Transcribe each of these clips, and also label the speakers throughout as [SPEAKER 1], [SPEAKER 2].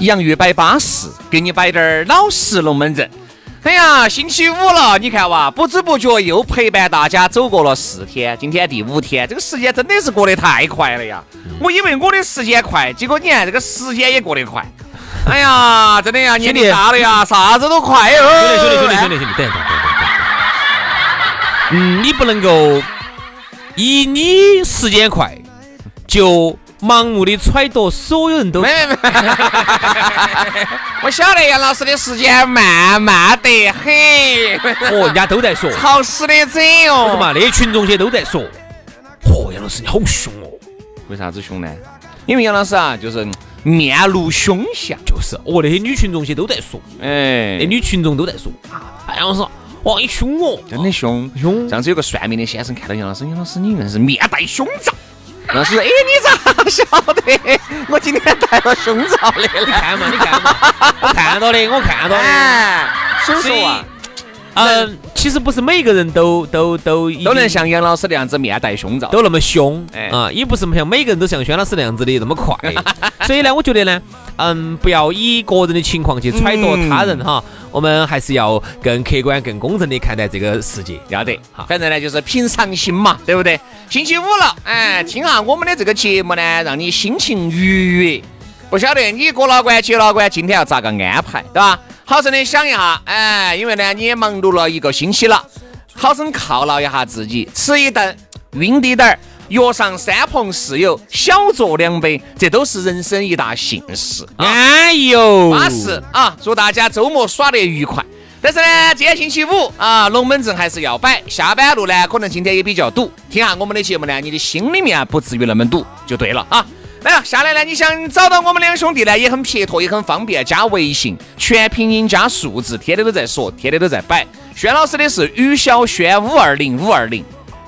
[SPEAKER 1] 洋芋摆巴适，给你摆点儿老实龙门阵。哎呀，星期五了，你看哇，不知不觉又陪伴大家走过了四天，今天第五天，这个时间真的是过得太快了呀！
[SPEAKER 2] 嗯
[SPEAKER 1] 我以为我的时间快，结果你看这个时间也过得快。哎呀，真的呀，年龄大了呀，啥子都快哦。
[SPEAKER 2] 哎兄弟，兄弟，兄弟，兄弟，兄弟，等一下，等一下，等一下。嗯，你不能够以你时间快就盲目的揣度所有人都
[SPEAKER 1] 没没没， 我晓得杨老师的时间慢慢得很，
[SPEAKER 2] 哦，人家都在说，
[SPEAKER 1] 好使的很
[SPEAKER 2] 是
[SPEAKER 1] 哦。
[SPEAKER 2] 嘛？那些群众些都在说，哦，杨老师你好凶哦，
[SPEAKER 1] 为啥子凶呢？因为杨老师啊，就是面露凶相。
[SPEAKER 2] 就是哦，那些女群众些都在说，
[SPEAKER 1] 哎
[SPEAKER 2] 那，女群众都在说啊，哎，杨老师，哇，你凶哦，
[SPEAKER 1] 真的凶
[SPEAKER 2] 凶
[SPEAKER 1] 上次有个算命的先生看到杨老师，杨老师你硬是面带凶兆。杨老师说：“哎，你咋晓得？ 我今天带了凶兆来
[SPEAKER 2] 你
[SPEAKER 1] 了。
[SPEAKER 2] 看嘛，你看嘛， 我看到的，我看”到的。
[SPEAKER 1] 哎，所以说啊，
[SPEAKER 2] 嗯，其实不是每个人都都都一定
[SPEAKER 1] 都能像杨老师那样子面带凶兆。
[SPEAKER 2] 都那么凶，
[SPEAKER 1] 哎
[SPEAKER 2] 啊，也不是像每个人都像轩老师那样子的那么快， 所以呢，我觉得呢，嗯，不要以个人的情况去揣度
[SPEAKER 1] 嗯
[SPEAKER 2] 他人哈，我们还是要更客观、更公正的看待这个世界。
[SPEAKER 1] 要得
[SPEAKER 2] 好，
[SPEAKER 1] 反正呢就是平常心嘛，对不对？星期五了，哎，听下我们的这个节目呢，让你心情愉悦。不晓得你哥老倌、姐老倌今天要咋个安排，对吧？好生的想一下，哎，因为呢你也忙碌了一个星期了，好生犒劳一下自己，吃一顿，晕滴点儿。约上三朋四友，小酌两杯，这都是人生一大幸事。啊
[SPEAKER 2] 哎呦，
[SPEAKER 1] 巴适啊！祝大家周末耍得愉快。但是呢，今天星期五啊，龙门阵还是要摆。下班路呢，可能今天也比较堵。听下我们的节目呢，你的心里面啊不至于那么堵就对了啊。来啊，下来呢，你想找到我们两兄弟呢，也很撇脱，也很方便，加微信，全拼音加数字，天天都在说，天天都在摆。轩老师的是于小轩五二零五二零，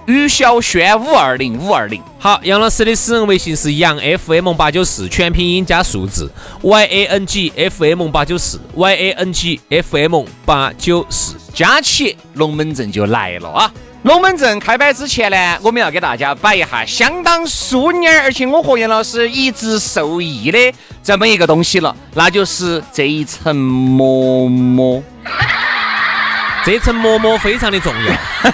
[SPEAKER 1] 于小轩五二零五二零。
[SPEAKER 2] 好，杨老师的私人微信是杨 FM 八九四，全拼音加数字，Y A N G F M 八九四，Y A N G F M 八九四。
[SPEAKER 1] 加起龙门阵就来了啊！龙门阵开摆之前呢，我们要给大家摆一下相当淑女儿，而且我和杨老师一直受益的这么一个东西了，那就是这一层膜膜。
[SPEAKER 2] 这层膜膜非常的重要，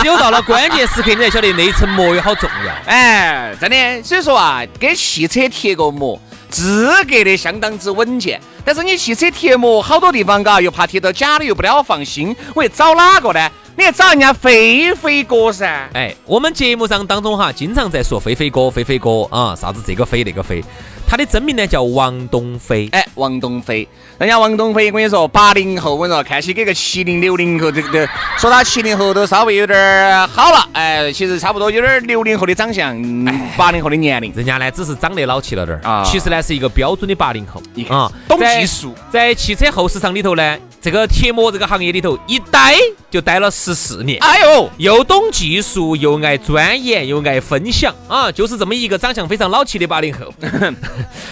[SPEAKER 2] 只有到了关键时刻，你才晓得那一层膜有好重要。
[SPEAKER 1] 哎，真的，所以说啊，给汽车贴个膜，资格的相当之稳健。但是你汽车贴膜，好多地方嘎又怕贴到假的，又不了放心。我又找哪个呢？你还找人家飞飞哥噻。
[SPEAKER 2] 哎，我们节目上当中哈，经常在说飞飞哥，飞飞哥啊，啥子这个飞那个飞，他的真名呢叫王东飞。
[SPEAKER 1] 哎，王东飞，人家王东飞，我跟你说，八零后，我跟你说，看起给个七零六零后，这个这说他七零后都稍微有点儿好了，哎，其实差不多有点儿六零后的长相，嗯八零后的年龄，
[SPEAKER 2] 人家呢只是长得老气了点儿
[SPEAKER 1] 啊
[SPEAKER 2] 其实呢是一个标准的八零后啊
[SPEAKER 1] 你看懂技术
[SPEAKER 2] 在，在汽车后市场里头呢，这个贴膜这个行业里头一待就待了十四年。
[SPEAKER 1] 哎呦，
[SPEAKER 2] 又懂技术，又爱钻研，又爱分享啊，就是这么一个长相非常老气的八零 后。
[SPEAKER 1] 他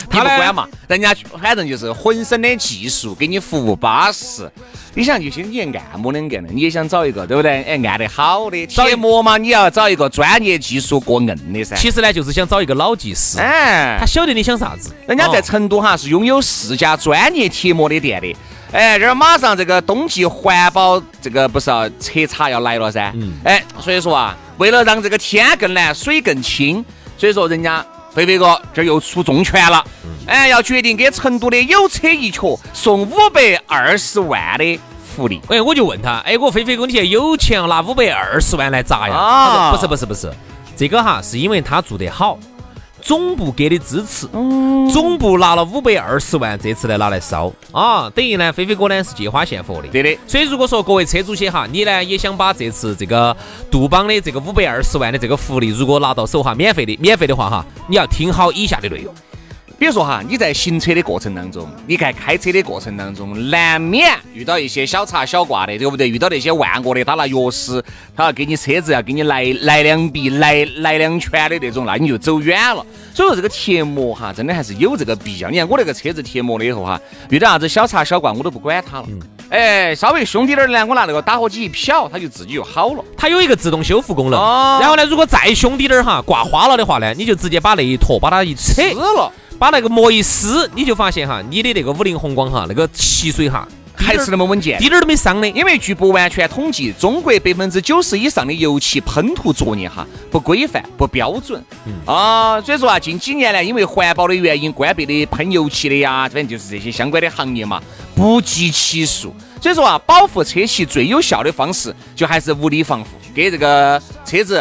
[SPEAKER 2] 他
[SPEAKER 1] 不
[SPEAKER 2] 呢
[SPEAKER 1] 管嘛，人家反正就是浑身的技术，给你服务巴适。你想，就像你按摩两个呢，你也想找一个，对不对？哎，按得好的，
[SPEAKER 2] 找一
[SPEAKER 1] 贴膜嘛，你要找一个专业技术过硬的噻。
[SPEAKER 2] 其实呢，就是想找一个老技师，
[SPEAKER 1] 哎
[SPEAKER 2] 他，晓得你想啥子。
[SPEAKER 1] 人家
[SPEAKER 2] 哦
[SPEAKER 1] 在成都哈是拥有四家专业贴膜的店的。哎，这儿马上这个冬季环保这个不是要彻查要来了噻？哎，所以说啊，为了让这个天更蓝，水更清，所以说人家飞飞哥这儿又出重拳了，哎，要决定给成都的有车一族送五百二十万的福利。
[SPEAKER 2] 哎，我就问他，哎，我菲菲哥，你现在有钱了拿五百二十万来砸呀？
[SPEAKER 1] 啊
[SPEAKER 2] 他说不是不是不是，这个哈是因为他做得好，总部给的支持，总部拿了五百二十万，这次来拿来烧啊，等于呢，菲菲哥呢是借花献佛的。
[SPEAKER 1] 对的
[SPEAKER 2] 所以如果说各位车主些哈，你呢也想把这次这个杜邦的这个五百二十万的这个福利，如果拿到手哈，免费的免费的话哈，你要听好以下的内容。
[SPEAKER 1] 比如说哈，你在行车的过程当中，你在开车的过程当中，难免遇到一些小插小挂的，对不对？遇到那些万恶的，他拿钥匙，他要给你车子要给你来来两笔，来来两拳的那种，那你就走远了。所以说这个贴膜哈，真的还是有这个必要。你看我那个车子贴膜了以后哈，遇到啥子小插小挂我都不管它了。哎，稍微凶滴点儿呢，我拿那个打火机一瞟，它就自己就好了。
[SPEAKER 2] 它有一个自动修复功能，
[SPEAKER 1] 哦
[SPEAKER 2] 然后呢，如果再凶滴点儿哈，挂花了的话呢，你就直接把那一坨把它一扯，
[SPEAKER 1] 死了，
[SPEAKER 2] 把那个膜一撕，你就发现哈，你的那个五菱宏光哈，那个汽水哈，
[SPEAKER 1] 还是那么稳健。
[SPEAKER 2] 滴点儿都没伤的。
[SPEAKER 1] 因为据不完全统计，中国百分之九十以上的油漆喷涂作业哈不规范、不标准，啊，所以说啊，近几年呢，因为环保的原因，关闭的喷油漆的呀，反正就是这些相关的行业嘛，不计其数。所以说啊，保护车漆最有效的方式，就还是物理防护，给这个车子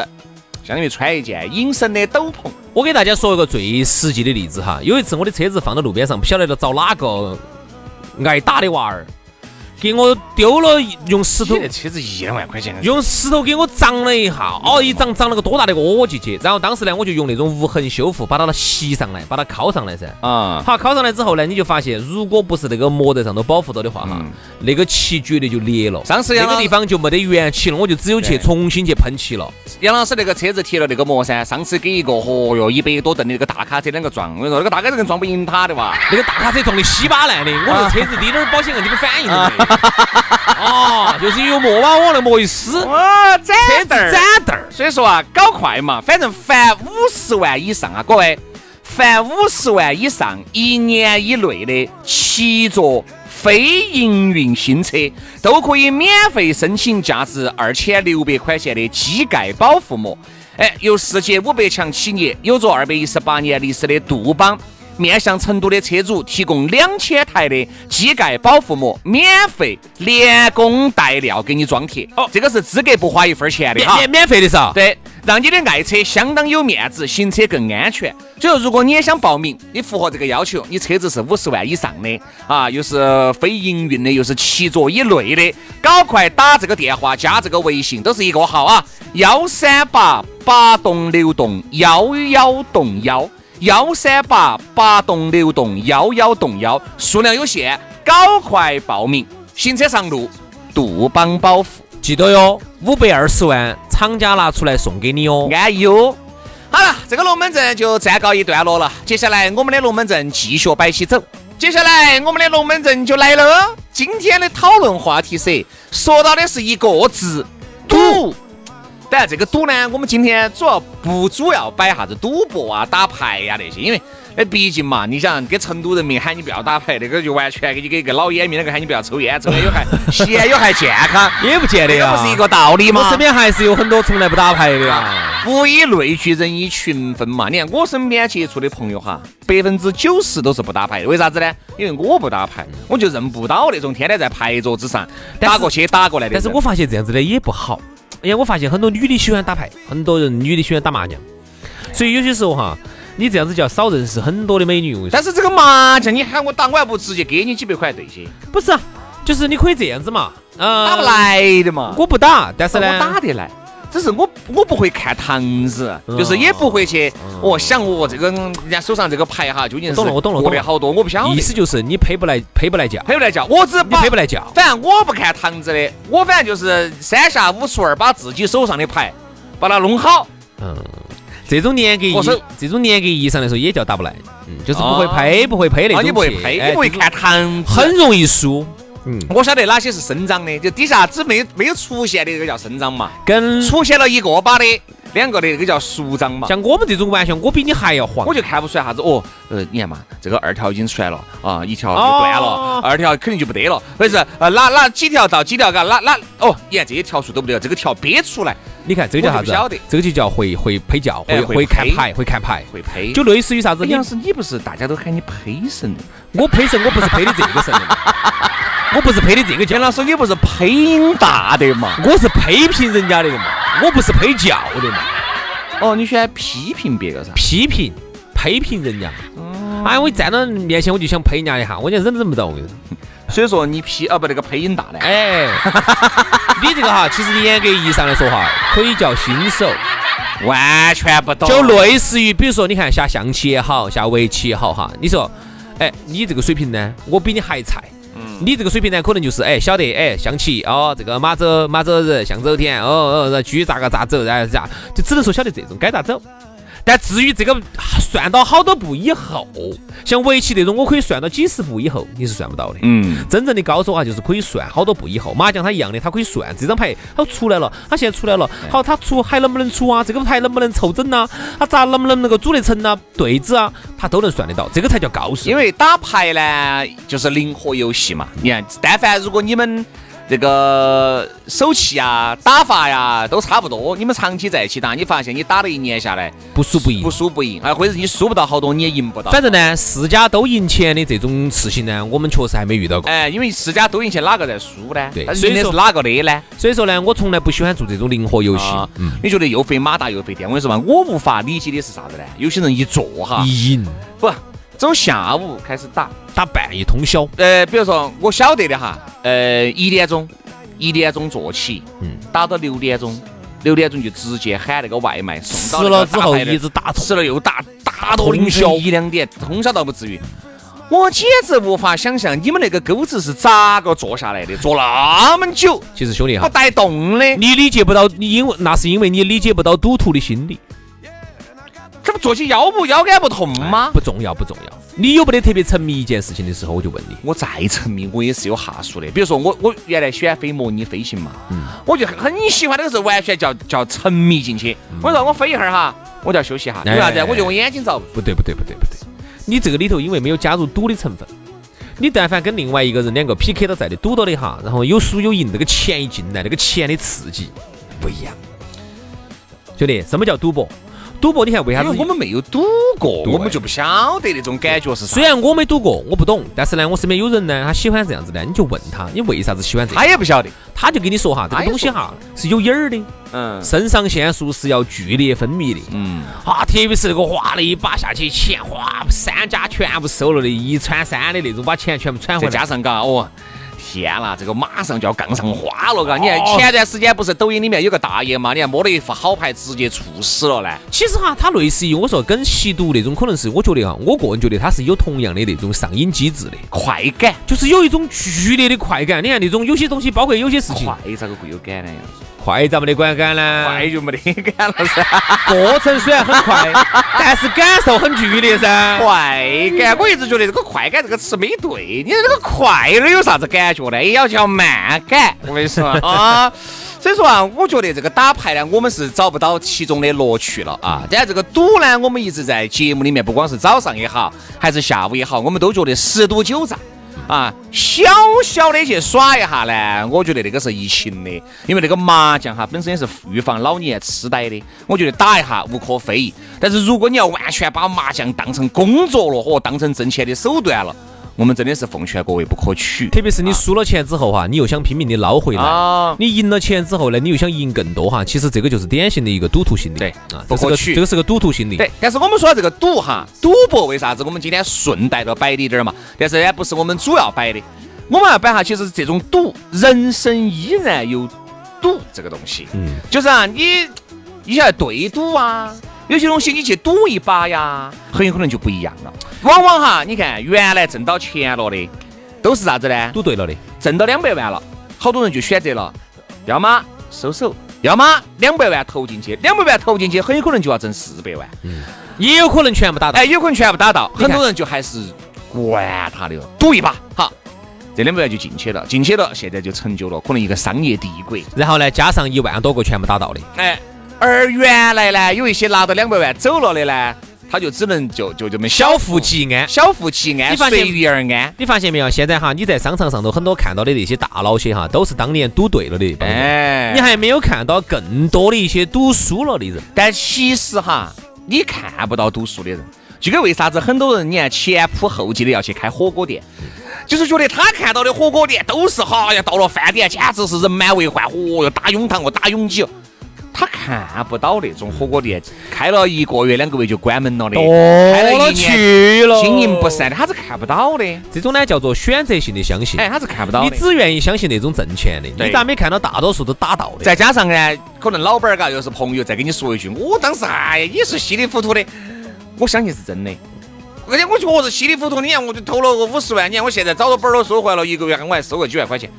[SPEAKER 1] 相当于穿一件隐身的斗篷。
[SPEAKER 2] 我给大家说一个最实际的例子哈，有一次我的车子放到路边上，不晓得找哪个挨打的娃儿，给我丢了一，用石头
[SPEAKER 1] 你。那车子一两万块钱，
[SPEAKER 2] 用石头给我涨了一下，哦，一涨涨了个多大的个窝进去，然后当时呢，我就用那种无痕修复把它吸上来，把它铐上来噻。
[SPEAKER 1] 啊，
[SPEAKER 2] 好，烤上来之后呢，你就发现，如果不是那个膜在上头保护到的话，哈
[SPEAKER 1] 嗯，
[SPEAKER 2] 那个漆绝对就裂了。
[SPEAKER 1] 上次
[SPEAKER 2] 那
[SPEAKER 1] 杨老
[SPEAKER 2] 个地方就没得原漆了，我就只有去
[SPEAKER 1] 对
[SPEAKER 2] 重新去喷漆了。
[SPEAKER 1] 杨老师那个车子贴了那个膜噻，上次给一个，嚯哟，一百多吨的那个大卡车两个撞，我跟你说，那个大卡车更撞不赢他的哇！
[SPEAKER 2] 那个大卡车撞得稀巴烂的，我这车子滴点儿保险杠这个反应都没得。啊，就是有膜把我那膜一撕，车
[SPEAKER 1] 哇，展
[SPEAKER 2] 子啊展凳儿。
[SPEAKER 1] 所以说啊，搞快嘛，反正凡五十万以上啊，各位，凡五十万以上一年以内的七座非营运新车，都可以免费申请价值二千六百块钱的机盖保护膜。哎，由世界五百强企业有着二百一十八年历史的杜邦。面向成都的车主提供两千台的机盖保护膜，免费连工带料给你装贴。哦，这个是资格不花一分钱的
[SPEAKER 2] 免
[SPEAKER 1] 哈。
[SPEAKER 2] 免免费的噻，
[SPEAKER 1] 对，让你的爱车相当有面子，行车更安全。所以说，如果你也想报名，你符合这个要求，你车子是五十万以上的啊，又是非营运的，又是七座以内的，赶快打这个电话加这个微信，都是一个号啊，幺三八八栋六栋幺幺栋幺。幺三八八栋六栋幺幺栋幺，数量有限，赶快报名！行车上路，杜邦保护。
[SPEAKER 2] 记得哟，五百二十万厂家拿出来送给你哦。
[SPEAKER 1] 安逸哦。好了，这个龙门阵就暂告一段落了。接下来我们的龙门阵继续摆起走。接下来我们的龙门阵就来了。今天的讨论话题是说到的是一个字赌。当然，这个赌呢，我们今天主要不主要摆啥子赌博啊、打牌呀、那些，因为那毕竟嘛，你想给成都人民喊你不要打牌，那个就完全给你给一个老烟民那个喊你不要抽烟，抽烟有 害吸烟有害健康，
[SPEAKER 2] 也不见得
[SPEAKER 1] 这个
[SPEAKER 2] 呀，
[SPEAKER 1] 不是一个道理吗？
[SPEAKER 2] 我身边还是有很多从来不打牌的呀。
[SPEAKER 1] 物以类聚，人以群分嘛。你看我身边接触的朋友哈，百分之九十都是不打牌的。为啥子呢？因为我不打牌，我就认不到那种天天在牌桌子上
[SPEAKER 2] 嗯但是
[SPEAKER 1] 打过去打过来的
[SPEAKER 2] 但
[SPEAKER 1] 人。
[SPEAKER 2] 是我发现这样子的也不好。哎呀，我发现很多女的喜欢打牌，很多人女的喜欢打麻将，所以有些时候哈，你这样子就要少认识很多的美女。我跟你说
[SPEAKER 1] 但是这个麻将，你喊我打，我还不直接给你几百块对些，
[SPEAKER 2] 不是啊，就是你可以这样子嘛，呃，
[SPEAKER 1] 打不，来的嘛。
[SPEAKER 2] 我不打，但是
[SPEAKER 1] 我
[SPEAKER 2] 呢，
[SPEAKER 1] 打得来。只是我我不会看堂子，
[SPEAKER 2] 嗯
[SPEAKER 1] 就是也不会去哦想我这个嗯人家手上这个牌哈究竟是
[SPEAKER 2] 我懂了我懂了我
[SPEAKER 1] 过
[SPEAKER 2] 懂
[SPEAKER 1] 得
[SPEAKER 2] 了
[SPEAKER 1] 好多，我不晓
[SPEAKER 2] 意
[SPEAKER 1] 得。
[SPEAKER 2] 思就是你配不来，配不来觉，
[SPEAKER 1] 赔不来叫，我只
[SPEAKER 2] 你
[SPEAKER 1] 把
[SPEAKER 2] 配不来觉。
[SPEAKER 1] 反正我不看堂子的，我反正就是三下五除二把自己手上的牌把它弄好。
[SPEAKER 2] 嗯，这种严格意
[SPEAKER 1] 我是，
[SPEAKER 2] 这种严格意义上来说也叫打不来，嗯，就是不会
[SPEAKER 1] 哦
[SPEAKER 2] 配，不会配那
[SPEAKER 1] 啊，
[SPEAKER 2] 种
[SPEAKER 1] 你不
[SPEAKER 2] 棋
[SPEAKER 1] 会配，
[SPEAKER 2] 哎
[SPEAKER 1] 你不会
[SPEAKER 2] 这种
[SPEAKER 1] 看堂子。
[SPEAKER 2] 很容易输。
[SPEAKER 1] 我晓得哪些是生长的，就底下只没没有出现的这个叫生长嘛，
[SPEAKER 2] 跟
[SPEAKER 1] 出现了一个把的，两个的这个叫熟长嘛。
[SPEAKER 2] 嗯像我们这种玩笑，我比你还要黄
[SPEAKER 1] 我。就看不出来啥子哦，呃，你看嘛，这个二条已经出来了啊，一条就断了，
[SPEAKER 2] 哦
[SPEAKER 1] 二条肯定就不得了，或者是呃哪哪几条到几条嘎哪哪哦，你看这些条数都不得了，这个条憋出来，
[SPEAKER 2] 你看这个叫啥子
[SPEAKER 1] 我就不晓得？
[SPEAKER 2] 这个就叫会会配教，
[SPEAKER 1] 哎
[SPEAKER 2] 会
[SPEAKER 1] 会
[SPEAKER 2] 会看
[SPEAKER 1] 陪
[SPEAKER 2] 牌，会看牌，
[SPEAKER 1] 会呸。
[SPEAKER 2] 就类似于啥子？
[SPEAKER 1] 哎
[SPEAKER 2] 你
[SPEAKER 1] 杨是你不是大家都喊你呸神？
[SPEAKER 2] 我配神，我不是配的这个神的 嘛，我不是配的这个教
[SPEAKER 1] 杨，老师，你不是配音大的嘛？
[SPEAKER 2] 我是批评人家的嘛，我不是配教的嘛，
[SPEAKER 1] 哦，你喜欢批评别个噻？
[SPEAKER 2] 批评批评人家。哎，我一站到面前我就想呸人家一下，我讲忍都忍不到。我跟你说
[SPEAKER 1] 所以说你批啊不那个配音大的，
[SPEAKER 2] 哎， 你这个哈，其实严格意义上来说哈，可以叫新手，
[SPEAKER 1] 完全不懂。
[SPEAKER 2] 就类似于比如说你看下象棋也好，下围棋也好哈，你说，哎，你这个水平呢，我比你还菜。你这个水平呢，可能就是哎，晓得哎，象棋哦，这个马走马走人，象走田哦哦，然后车咋个咋走，然后咋，就只能说晓得这种该咋走。但至于这个算到好多步以后，像围棋那种，我可以算到几十步以后，你是算不到的。
[SPEAKER 1] 嗯，
[SPEAKER 2] 真正的高手啊，就是可以算好多步以后，麻将它一样的，它可以算这张牌它出来了，它现在出来了，好，它出还能不能出啊？这个牌能不能凑整呐？它咋能不啊能能够组得成呢？对子啊，它都能算得到，这个才叫高手。
[SPEAKER 1] 因为打牌呢就是灵活游戏嘛。你看，但凡如果你们这个手气啊、打法呀、都差不多，你们长期在一起打，你发现你打了一年下来
[SPEAKER 2] 不输不赢
[SPEAKER 1] 不。输不赢，啊，或者是你输不到好多，你也赢不到。
[SPEAKER 2] 反正呢，四家都赢钱的这种事情呢，我们确实还没遇到过。
[SPEAKER 1] 哎，因为四家都赢钱，哪个在输呢？
[SPEAKER 2] 对
[SPEAKER 1] 但是
[SPEAKER 2] 所以
[SPEAKER 1] 赢的
[SPEAKER 2] 说
[SPEAKER 1] 是哪个的呢？
[SPEAKER 2] 所以说呢，我从来不喜欢做这种灵活游戏。
[SPEAKER 1] 啊
[SPEAKER 2] 嗯，
[SPEAKER 1] 你觉得又费马达又费电，我跟你说嘛，我无法理解的是啥子呢？有些人一坐哈，
[SPEAKER 2] 一赢
[SPEAKER 1] 不从下午开始打，
[SPEAKER 2] 打半夜通宵，
[SPEAKER 1] 呃，比如说我晓得的哈，呃，一点钟，一点钟坐起，
[SPEAKER 2] 嗯
[SPEAKER 1] 打到六点钟，六点钟就直接喊那个外卖送
[SPEAKER 2] 吃
[SPEAKER 1] 到那
[SPEAKER 2] 了
[SPEAKER 1] 个
[SPEAKER 2] 之
[SPEAKER 1] 大
[SPEAKER 2] 后
[SPEAKER 1] 排的。
[SPEAKER 2] 一直打通
[SPEAKER 1] 吃了又打，打到
[SPEAKER 2] 通
[SPEAKER 1] 凌
[SPEAKER 2] 宵
[SPEAKER 1] 晨一两点，通宵倒不至于。我简直无法想象你们那个钩子是咋个坐下来的，坐那么久
[SPEAKER 2] 其实兄弟
[SPEAKER 1] 不
[SPEAKER 2] 哈，
[SPEAKER 1] 带动的，
[SPEAKER 2] 你理解不到，你因为那是因为你理解不到赌徒的心理。
[SPEAKER 1] 这不坐起腰不腰杆不痛吗？
[SPEAKER 2] 不重要，不重要。你有没得特别沉迷一件事情的时候，我就问你，
[SPEAKER 1] 我再沉迷，我也是有下数的。比如说我，我原来喜欢飞模拟飞行嘛，
[SPEAKER 2] 嗯
[SPEAKER 1] 我就很喜欢那个时候，完全叫叫沉迷进去。
[SPEAKER 2] 嗯
[SPEAKER 1] 我说我飞一会儿哈，我就要休息哈，因为啥子
[SPEAKER 2] 哎？
[SPEAKER 1] 我觉得我眼睛遭不住。
[SPEAKER 2] 不对，不对，不对，不对，你这个里头因为没有加入赌的成分。你但凡跟另外一个人两个 PK 到在的赌到的哈，然后有输有赢，那个钱一进来，那个钱的刺激不一样。兄弟，什么叫赌博？赌博你看为啥
[SPEAKER 1] 因
[SPEAKER 2] 子
[SPEAKER 1] 为？我们没有赌过，
[SPEAKER 2] 对
[SPEAKER 1] 我们就不晓得那种感觉是啥
[SPEAKER 2] 虽。然我没赌过，我不懂，但是呢，我身边有人呢，他喜欢这样子的，你就问他，你为啥子喜欢这个？
[SPEAKER 1] 他也不晓得，
[SPEAKER 2] 他就跟你说哈，这个
[SPEAKER 1] 他也
[SPEAKER 2] 东西
[SPEAKER 1] 说
[SPEAKER 2] 哈是有瘾儿的，
[SPEAKER 1] 嗯
[SPEAKER 2] 肾上腺素是要剧烈分泌的。
[SPEAKER 1] 嗯，
[SPEAKER 2] 啊，特别是那个哗的一把下去，钱哗三家全部收了的，一穿三的那种，把钱全部穿回
[SPEAKER 1] 再
[SPEAKER 2] 来。
[SPEAKER 1] 加上嘎，哦，天啦，这个马上就要杠上花了嘎！你看
[SPEAKER 2] 哦
[SPEAKER 1] 前段时间不是抖音里面有个大爷嘛，你看摸了一副好牌，直接猝死了呢。
[SPEAKER 2] 其实哈，它类似于我说跟吸毒那种，可能是我觉得哈，我个人觉得它是有同样的那种上瘾机制的，
[SPEAKER 1] 快感，
[SPEAKER 2] 就是有一种剧烈的快感。你看那种有些东西，包括有些事情，
[SPEAKER 1] 快咋个会有感呢？
[SPEAKER 2] 快咋没得管感呢？
[SPEAKER 1] 快就没得感了噻。
[SPEAKER 2] 过程虽然很 快，但是感受很剧烈噻。
[SPEAKER 1] 快感，我一直觉得这个快感这个词没对，你这个快的有啥子感觉呢？也哎要叫慢感，我跟你说啊。所以说啊，我觉得这个打牌呢，我们是找不到其中的乐趣了啊。但这个赌呢，我们一直在节目里面，不光是早上也好，还是下午也好，我们都觉得十赌九诈。啊，小小的去耍一下呢，我觉得那个是疫情的，因为那个麻将哈本身也是预防老年痴呆的，我觉得打一下无可非议。但是如果你要完全把麻将当成工作了，或当成挣钱的手段了，我们真的是奉劝各位不可取。
[SPEAKER 2] 特别是你输了钱之后哈，你又想拼命的捞回来。
[SPEAKER 1] 啊，
[SPEAKER 2] 你赢了钱之后呢，你又想赢更多哈，其实这个就是典型的一个赌徒心理，
[SPEAKER 1] 对
[SPEAKER 2] 啊，
[SPEAKER 1] 不
[SPEAKER 2] 这是
[SPEAKER 1] 可
[SPEAKER 2] 个
[SPEAKER 1] 取
[SPEAKER 2] 这个是个赌徒心理，
[SPEAKER 1] 对，但是我们说这个赌哈，赌博为啥子我们今天顺带着摆的一点儿嘛？但是呢，不是我们主要摆的，我们要摆哈，其实这种赌，人生依然有赌这个东西。
[SPEAKER 2] 嗯，
[SPEAKER 1] 就是啊，你你晓得对赌啊，有些东西你去赌一把呀，很有可能就不一样了。往往哈，你看原来挣到钱了的，都是啥子呢？
[SPEAKER 2] 赌对了的。
[SPEAKER 1] 挣到两百万了，好多人就选择了，要么收手，要么两百万投进去，两百万投进去很有可能就要挣四百万，
[SPEAKER 2] 也有可能全部打到。
[SPEAKER 1] 哎，有可能全部打到，
[SPEAKER 2] 你看
[SPEAKER 1] 很多人就还是管他的，赌一把，好，这两百万就进去了，进去了，现在就成就了可能一个商业帝国。
[SPEAKER 2] 然后呢，加上一万多个全部打到的，
[SPEAKER 1] 哎，而原来呢，有一些拿到两百万走了的呢，他他就只能就就这么
[SPEAKER 2] 小富即安。
[SPEAKER 1] 小富即安，
[SPEAKER 2] 你发现
[SPEAKER 1] 随遇而安。
[SPEAKER 2] 你发现没有？现在哈，你在商场上头很多看到的那些大佬些哈，都是当年赌对了的那帮人。
[SPEAKER 1] 哎，
[SPEAKER 2] 你还没有看到更多的一些赌输了的人。
[SPEAKER 1] 但其实哈，你看不到读书的人，就跟为啥子很多人你看前仆后继的要去开火锅店，就是觉得他看到的火锅店都是哈呀，到了饭点简直是人满为患，哦哟打涌堂哦打拥挤哦，他看不到那种火锅店开了一个月两个月就关门了的，开了一年
[SPEAKER 2] 去
[SPEAKER 1] 经营不善的，他是看不到的，
[SPEAKER 2] 这种呢叫做选择性的相信。
[SPEAKER 1] 哎，他是看不到
[SPEAKER 2] 你
[SPEAKER 1] 的。
[SPEAKER 2] 只愿意相信那种挣钱的，
[SPEAKER 1] 对
[SPEAKER 2] 你咋没看到大多数都打到的？
[SPEAKER 1] 再加上呢，可能老板儿嘎又是朋友，再跟你说一句，我当时哎呀也是稀里糊涂的，我相信是真的。而且我觉得是稀里糊涂的，你看我就投了个五十万，你看我现在找到本儿都收回来了，一个月我还收个几万块钱，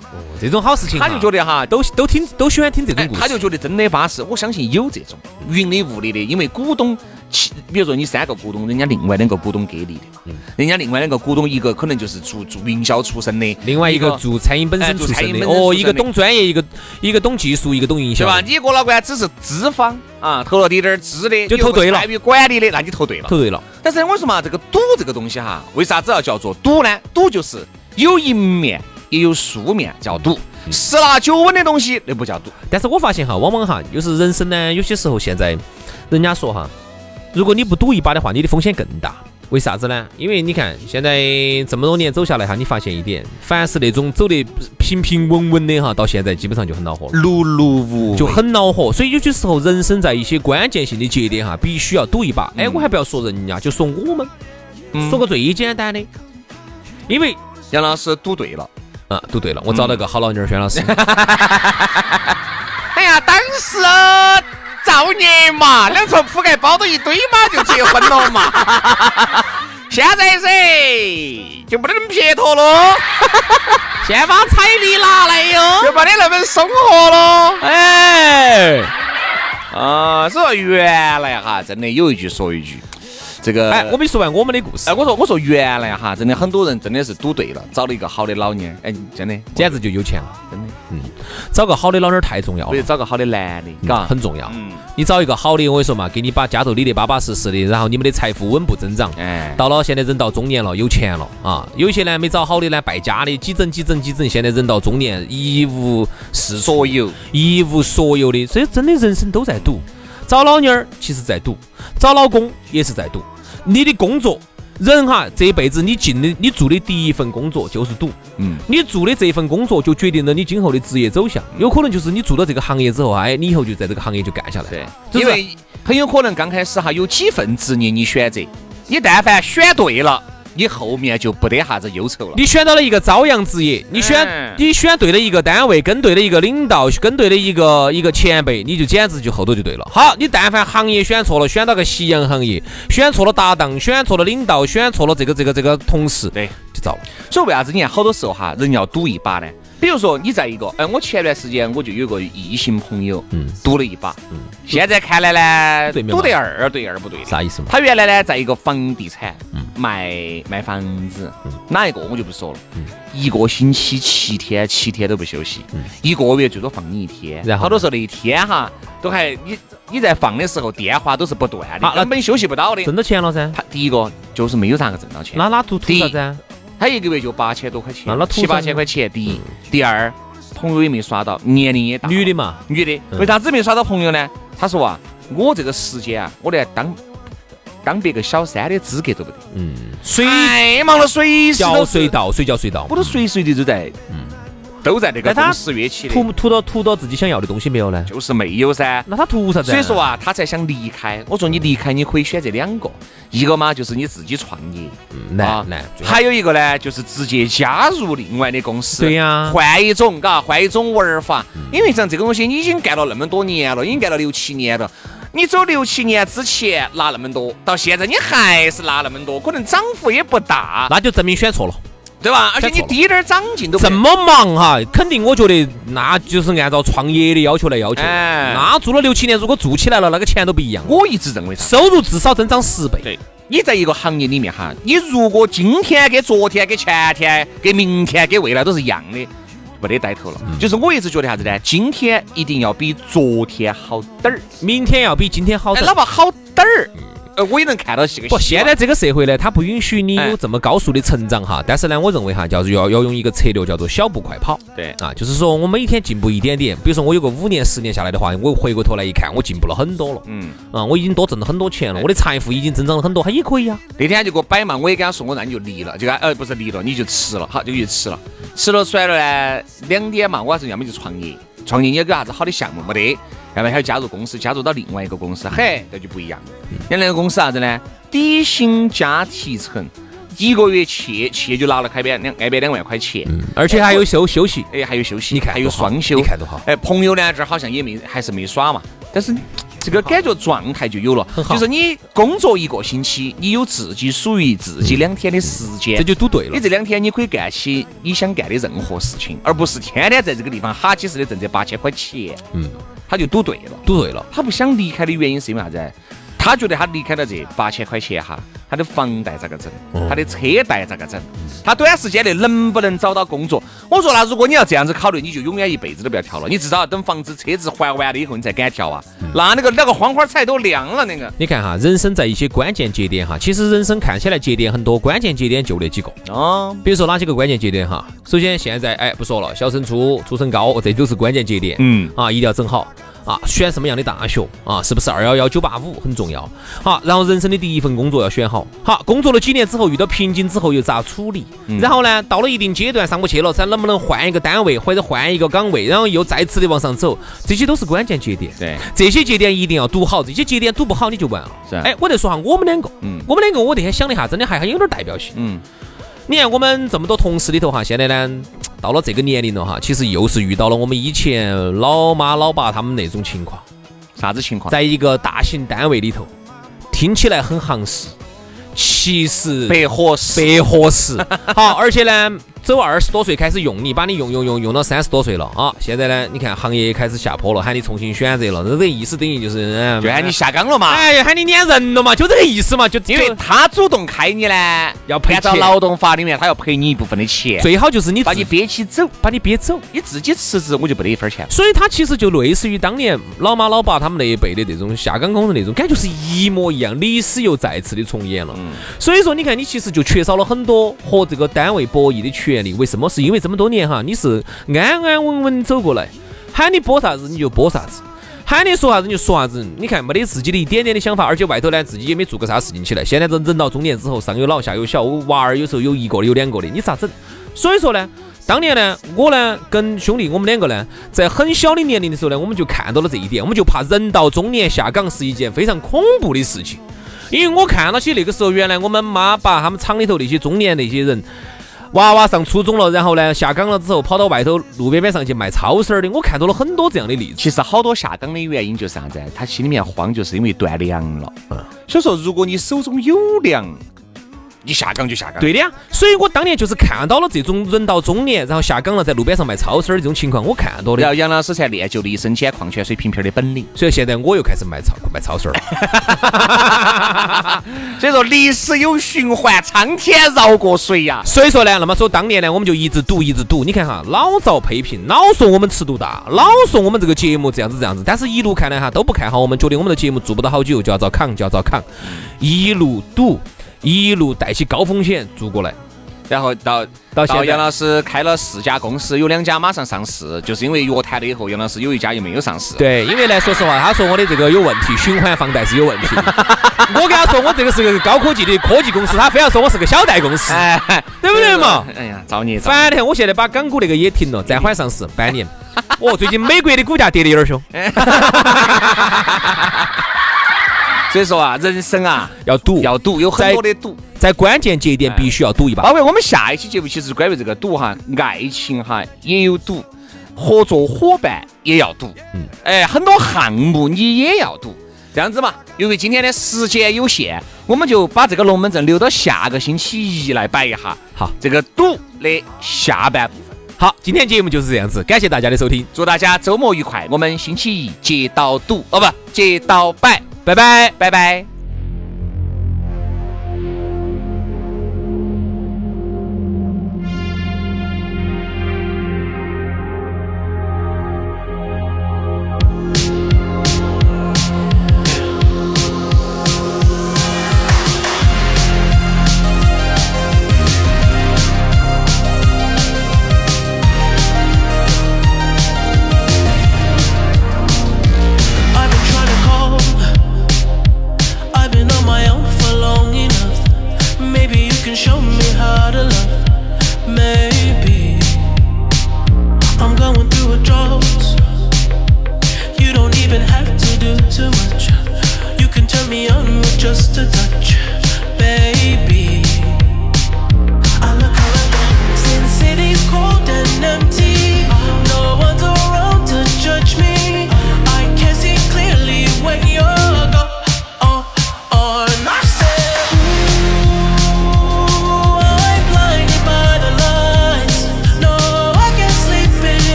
[SPEAKER 2] 这种好事情哈，啊
[SPEAKER 1] 他就觉得哈，
[SPEAKER 2] 都都听都喜欢听这种
[SPEAKER 1] 哎
[SPEAKER 2] 故，事。
[SPEAKER 1] 他就觉得真的巴适。我相信有这种云里雾里的，因为股东，其比如说你三个股东，人家另外两个股东给你的
[SPEAKER 2] 嗯
[SPEAKER 1] 嘛，人家另外两个股东一个可能就是做做营销出身的，
[SPEAKER 2] 另外一个做餐饮本
[SPEAKER 1] 哎
[SPEAKER 2] 身
[SPEAKER 1] 做
[SPEAKER 2] 出
[SPEAKER 1] 餐
[SPEAKER 2] 身的，
[SPEAKER 1] 饮本身出
[SPEAKER 2] 哦，
[SPEAKER 1] 身
[SPEAKER 2] 一个
[SPEAKER 1] 的
[SPEAKER 2] 懂专业，一个一个懂技术，一个懂营销
[SPEAKER 1] 对，吧？？你郭老倌只是资方啊，投了滴点儿资的，
[SPEAKER 2] 就投对了
[SPEAKER 1] 参与管理的，那你投对了。
[SPEAKER 2] 投对了，
[SPEAKER 1] 但是呢，我说嘛，这个赌这个东西哈，为啥子要叫做赌呢？赌就是有赢面也有输面，叫赌。十拿九稳的东西，那不叫赌。
[SPEAKER 2] 但是我发现哈，往往哈，就是人生呢，有些时候现在人家说哈，如果你不赌一把的话，你的风险更大。为啥子呢？因为你看现在这么多年走下来哈，你发现一点，凡是那种走得平平稳稳的哈，到现在基本上就很恼火了，
[SPEAKER 1] 碌碌无为
[SPEAKER 2] 就很恼火。所以有些时候人生在一些关键性的节点哈，必须要赌一把。哎，我还不要说人家，就说我们，
[SPEAKER 1] 嗯
[SPEAKER 2] 说个最简单的，因为
[SPEAKER 1] 杨老师赌对了。
[SPEAKER 2] 啊，赌对了，我找了个好老妞儿，轩老师。
[SPEAKER 1] 哎呀，当时啊造孽嘛，两层铺盖包到一堆嘛，就结婚了嘛。现在噻，就没得那么撇脱了，
[SPEAKER 2] 先把彩礼拿来哟。
[SPEAKER 1] 就没得那么生活了。
[SPEAKER 2] 哎，
[SPEAKER 1] 啊，所以说原来哈，真的有一句说一句，这个
[SPEAKER 2] 哎，我没说完我们的故事
[SPEAKER 1] 哎，，我说我说原来哈，真的很多人真的是赌对了，找了一个好的老娘，哎，真的，
[SPEAKER 2] 简直就有钱了。嗯
[SPEAKER 1] 真的，
[SPEAKER 2] 找个好的老妞儿太重要
[SPEAKER 1] 我就
[SPEAKER 2] 了，
[SPEAKER 1] 找个好的男的，
[SPEAKER 2] 嗯
[SPEAKER 1] 嘎，
[SPEAKER 2] 很重要。
[SPEAKER 1] 嗯，
[SPEAKER 2] 你找一个好的，我跟你说嘛，给你把家头理得巴巴适适的，然后你们的财富稳步增长。
[SPEAKER 1] 哎，
[SPEAKER 2] 到了现在人到中年了，有钱了啊！有些呢没找好的呢，败家的，几整几整几整，现在人到中年一无是处，
[SPEAKER 1] 所有
[SPEAKER 2] 一无所有的，所以真的人生都在赌。找老妞儿其实在赌，找老公也是在赌。你的工作，人哈这辈子你进的你做的第一份工作就是赌，
[SPEAKER 1] 嗯，
[SPEAKER 2] 你做的这份工作就决定了你今后的职业走向，有可能就是你做到这个行业之后，哎，你以后就在这个行业就干下来
[SPEAKER 1] 对
[SPEAKER 2] 了，，
[SPEAKER 1] 因
[SPEAKER 2] 因为
[SPEAKER 1] 为很有可能刚开始哈有几份职业你选择，你但凡选对了，你后面就不得啥子忧愁了。
[SPEAKER 2] 你选到了一个朝阳职业，你选、
[SPEAKER 1] 嗯
[SPEAKER 2] 你选对了一个单位，跟对了一个领导，跟对了一个一个前辈，你就简直就后头就对了。好，你但凡行业选错了，选到个夕阳行业，选错了搭档，选错了领导，选错了这个这个这个同事，
[SPEAKER 1] 对，
[SPEAKER 2] 就糟了。
[SPEAKER 1] 所以为啥子你看好多时候哈，人要赌一把呢？比如说你在一个，哎，我前段时间我就有个异性朋友，
[SPEAKER 2] 嗯
[SPEAKER 1] 赌了一把，现在看来
[SPEAKER 2] 对
[SPEAKER 1] 呢，
[SPEAKER 2] 面
[SPEAKER 1] 赌
[SPEAKER 2] 嘛
[SPEAKER 1] 得二对二不对的。
[SPEAKER 2] 啥意思嘛？
[SPEAKER 1] 他原来呢，在一个房地产
[SPEAKER 2] 嗯
[SPEAKER 1] 卖卖房子，哪一个我就不说了。
[SPEAKER 2] 嗯
[SPEAKER 1] 一个星期七天，七天都不休息，一个月最多放你一天。
[SPEAKER 2] 然后呢
[SPEAKER 1] 好多时候那一天哈，都还你你在放的时候，电话都是不断的
[SPEAKER 2] 好，那
[SPEAKER 1] 根本休息不到的。
[SPEAKER 2] 挣到钱了噻，
[SPEAKER 1] 他第一个就是没有咋个挣到钱，
[SPEAKER 2] 那那图图
[SPEAKER 1] 第一
[SPEAKER 2] 啥子啊？
[SPEAKER 1] 他一个月就八千多块钱
[SPEAKER 2] 那那，图
[SPEAKER 1] 七八
[SPEAKER 2] 上
[SPEAKER 1] 千块钱。第一，第二，朋友也没耍到，年龄也大，
[SPEAKER 2] 女的嘛，
[SPEAKER 1] 女的，
[SPEAKER 2] 嗯
[SPEAKER 1] 为啥子没耍到朋友呢？他说啊，我这个时间啊，我连当当别个小三的资格都不得，
[SPEAKER 2] 嗯，随
[SPEAKER 1] 太忙了，随时
[SPEAKER 2] 叫
[SPEAKER 1] 都是
[SPEAKER 2] 随，到，随叫随到。
[SPEAKER 1] 我都随时随地都在，都在那个
[SPEAKER 2] 但他
[SPEAKER 1] 风时乐起的，
[SPEAKER 2] 图图到图到自己想要的东西没有呢？
[SPEAKER 1] 就是没有噻。
[SPEAKER 2] 那他图啥子？
[SPEAKER 1] 所以说，啊，他才想离开。我说你离开，你可以选择两个，一个嘛就是你自己创业，
[SPEAKER 2] 嗯难
[SPEAKER 1] 啊
[SPEAKER 2] 难，最好
[SPEAKER 1] 还有一个呢就是直接加入另外的公司。
[SPEAKER 2] 对呀嗯
[SPEAKER 1] 换一种，嘎，换一种玩法。因为像这个东西，你已经干了那么多年了，已经干了六七年了。你走六七年之前拿那么多，到现在你还是拿那么多，可能涨幅也不大，
[SPEAKER 2] 那就证明选错了。
[SPEAKER 1] 对吧？而且
[SPEAKER 2] 选
[SPEAKER 1] 你
[SPEAKER 2] 错了
[SPEAKER 1] 滴点儿长进都没
[SPEAKER 2] 这么忙哈，肯定我觉得那就是按照创业的要求来要求。
[SPEAKER 1] 哎
[SPEAKER 2] 那做了六七年，如果做起来了，那个钱都不一样，
[SPEAKER 1] 我一直认为是。
[SPEAKER 2] 收入至少增长十倍。
[SPEAKER 1] 对，你在一个行业里面哈，你如果今天跟昨天、跟前天、跟明天、跟未来都是一样的，没得带头了。
[SPEAKER 2] 嗯
[SPEAKER 1] 就是我一直觉得啥子呢？今天一定要比昨天好点儿，
[SPEAKER 2] 明天要比今天好哎
[SPEAKER 1] 哎，
[SPEAKER 2] 点
[SPEAKER 1] 哪
[SPEAKER 2] 儿。嗯
[SPEAKER 1] 怕好点儿，呃，我也能看到这个希望。
[SPEAKER 2] 不，现在这个社会呢，它不允许你有这么高速的成长哈。但是呢，我认为哈，叫做要要用一个策略，叫做小步快跑。
[SPEAKER 1] 对
[SPEAKER 2] 啊，就是说我每天进步一点点。比如说我有个五年、十年下来的话，我回过头来一看，我进步了很多了。
[SPEAKER 1] 嗯，
[SPEAKER 2] 啊，我已经多挣了很多钱了，我的财富已经增长了很多，它也可以啊。
[SPEAKER 1] 那天他就给我摆嘛，我也跟他说，我那你就离了，就给他呃不是离了，你就吃了，好就去吃了，吃了出来了呢，两点嘛，我还说要么就创业，创业你有个啥子好的项目没得，要不然他就加入公司，加入到另外一个公司，嘿，这就不一样了。人家那个公司啥子呢？底薪加提成，一个月去去就拿了开边两挨边两万块钱。
[SPEAKER 2] 而且还有休休息。
[SPEAKER 1] 哎，还有休息，
[SPEAKER 2] 你看
[SPEAKER 1] 还有
[SPEAKER 2] 多好
[SPEAKER 1] 双休，
[SPEAKER 2] 你看多好
[SPEAKER 1] 哎，朋友呢，这儿好像也没还是没耍嘛，但是这个感觉状态就有了，
[SPEAKER 2] 好
[SPEAKER 1] 就是你工作一个星期，你有自己属于自己两天的时间，
[SPEAKER 2] 这就赌对了
[SPEAKER 1] 你。这两天你可以干起你想干的任何事情，而不是天天在这个地方哈起似的挣这八千块钱，
[SPEAKER 2] 嗯，
[SPEAKER 1] 他就赌对了。
[SPEAKER 2] 赌对了。
[SPEAKER 1] 他不想离开的原因是因为啥子？他觉得他离开了这八千块钱哈，他的房贷咋个整？他的车贷咋个整？他短时间内能不能找到工作？我说那如果你要这样子考虑，你就永远一辈子都不要跳了，你至少要等房子、车子还完了以后，你再敢跳啊！那那个那个黄花菜都凉了，那个
[SPEAKER 2] 你看哈，人生在一些关键节点哈，其实人生看起来节点很多，关键节点就那几个。
[SPEAKER 1] 哦，
[SPEAKER 2] 比如说哪几个关键节点哈？首先现在哎不说了，小升初、初升高，这都是关键节点。
[SPEAKER 1] 嗯
[SPEAKER 2] 啊，一定要整好啊，选什么样的大学啊，是不是二幺幺、九八五很重要。好，然后人生的第一份工作要选好。好，工作了几年之后遇到瓶颈之后又咋处理？然后呢，到了一定阶段上不去了，咱能不能换一个单位或者换一个岗位，然后又再次的往上走？这些都是关键节点。
[SPEAKER 1] 对，
[SPEAKER 2] 这些节点一定要堵好，这些节点堵不好你就完了。
[SPEAKER 1] 是啊
[SPEAKER 2] 哎，我再说下我们两个，
[SPEAKER 1] 嗯
[SPEAKER 2] 我们两个我那天想了一下，真的还还有点代表性。
[SPEAKER 1] 嗯，
[SPEAKER 2] 你看我们这么多同事里头哈，现在呢到了这个年龄了哈，其实又是遇到了我们以前老妈老爸他们那种情况，
[SPEAKER 1] 啥子情况？
[SPEAKER 2] 在一个大型单位里头，听起来很行实，其实
[SPEAKER 1] 白合适，
[SPEAKER 2] 白合 适。好，而且呢，走二十多岁开始用你，把你用用用用到三十多岁了啊！现在呢，你看行业也开始下坡了，喊你重新选择了，那这个意思等于就是，嗯
[SPEAKER 1] 就喊你下岗了嘛。
[SPEAKER 2] 哎，喊你撵人了嘛，就这个意思嘛，就
[SPEAKER 1] 因为
[SPEAKER 2] 就
[SPEAKER 1] 他主动开你呢，
[SPEAKER 2] 要赔
[SPEAKER 1] 按照
[SPEAKER 2] 钱
[SPEAKER 1] 劳动法里面，他要赔你一部分的钱，
[SPEAKER 2] 最好就是你
[SPEAKER 1] 把
[SPEAKER 2] 自
[SPEAKER 1] 你憋起走。
[SPEAKER 2] 把你憋走。
[SPEAKER 1] 你自己辞职，我就没得一分钱。
[SPEAKER 2] 所以它其实就类似于当年老妈老爸他们那一辈的这种下岗工人那种感觉是一模一样，历史又再次的重演了。
[SPEAKER 1] 嗯
[SPEAKER 2] 所以说，你看你其实就缺少了很多和这个单位博弈的权利。为什么？是因为这么多年哈，你是安安稳稳走过来，喊你播啥子你就播啥子。喊你说啥子你就说啥子，你看没得自己的一点点的想法，而且外头呢自己也没做过啥事情起来。现在人人到中年之后，上有老下有小，我娃儿有时候有一个的有两个的，你咋整？所以说呢，当年呢，我呢跟兄弟我们两个呢，在很小的年龄的时候呢，我们就看到了这一点，我们就怕人到中年下岗是一件非常恐怖的事情。因为我看到起那个时候，原来我们妈爸他们厂里头那些中年那些人，娃娃上初中了，然后呢下岗了之后，跑到外头路边边上去卖超市儿的，我看到了很多这样的例子。
[SPEAKER 1] 其实好多下岗的原因就是啥子？他心里面慌，就是因为断粮了。
[SPEAKER 2] 嗯
[SPEAKER 1] 所以说，如果你手中有粮，你下岗就下岗。，
[SPEAKER 2] 对的呀，所以我当年就是看到了这种人到中年，然后下岗了，在路边上卖超市儿的这种情况，我看到
[SPEAKER 1] 然后
[SPEAKER 2] 的。
[SPEAKER 1] 杨老师才练就了一身捡矿泉水瓶瓶的本领。
[SPEAKER 2] 所以现在我又开始卖超卖超市儿了。
[SPEAKER 1] 所以说，历史有循环，苍天饶过谁呀、
[SPEAKER 2] 所以说呢，那么说当年呢，我们就一直赌，一直赌。你看哈，老遭批评，老说我们尺度大，老说我们这个节目这样子这样子，但是一路看来哈都不看好我们，觉得我们的节目做不到好久，就要遭扛，就要遭扛，一路赌，一路带起高风险做过来，
[SPEAKER 1] 然后到
[SPEAKER 2] 到现在
[SPEAKER 1] 杨老师开了四家公司，有两家马上上市，就是因为约谈了以后，杨老师有一家又没有上市。
[SPEAKER 2] 对，因为呢，说实话，他说我的这个有问题，循环房贷是有问 题的。我跟他说我这个是个高科技的科技公司，他非要说我是个小贷公司，
[SPEAKER 1] 哎，
[SPEAKER 2] 对不对嘛？
[SPEAKER 1] 哎呀，造孽！造孽
[SPEAKER 2] 烦的很，我现在把港股那个也停了，暂缓上市半 年。哦，最近美国的股价跌得有 点凶，
[SPEAKER 1] 所以说啊，人生啊，
[SPEAKER 2] 要赌，
[SPEAKER 1] 要赌，有很
[SPEAKER 2] 在
[SPEAKER 1] 多的赌。
[SPEAKER 2] 在关键节点必须要赌一把。
[SPEAKER 1] 包括我们下一期节目，其实关于这个赌哈，爱情哈也有赌，合作伙伴也要赌，嗯，哎，很多项目你也要赌，这样子嘛。由于今天的时间有限，我们就把这个龙门阵留到下个星期一来摆一下。
[SPEAKER 2] 好
[SPEAKER 1] 这个赌的下半部分，
[SPEAKER 2] 好，今天节目就是这样子，感谢大家的收听，
[SPEAKER 1] 祝大家周末愉快。我们星期一接到赌哦，不接到摆，拜拜，拜拜。
[SPEAKER 3] Thank can show me how to love. Maybe I'm going through a drought. You don't even have to do too much. You can turn me on with just a touch. Oh, Oh, Oh, Oh, Oh,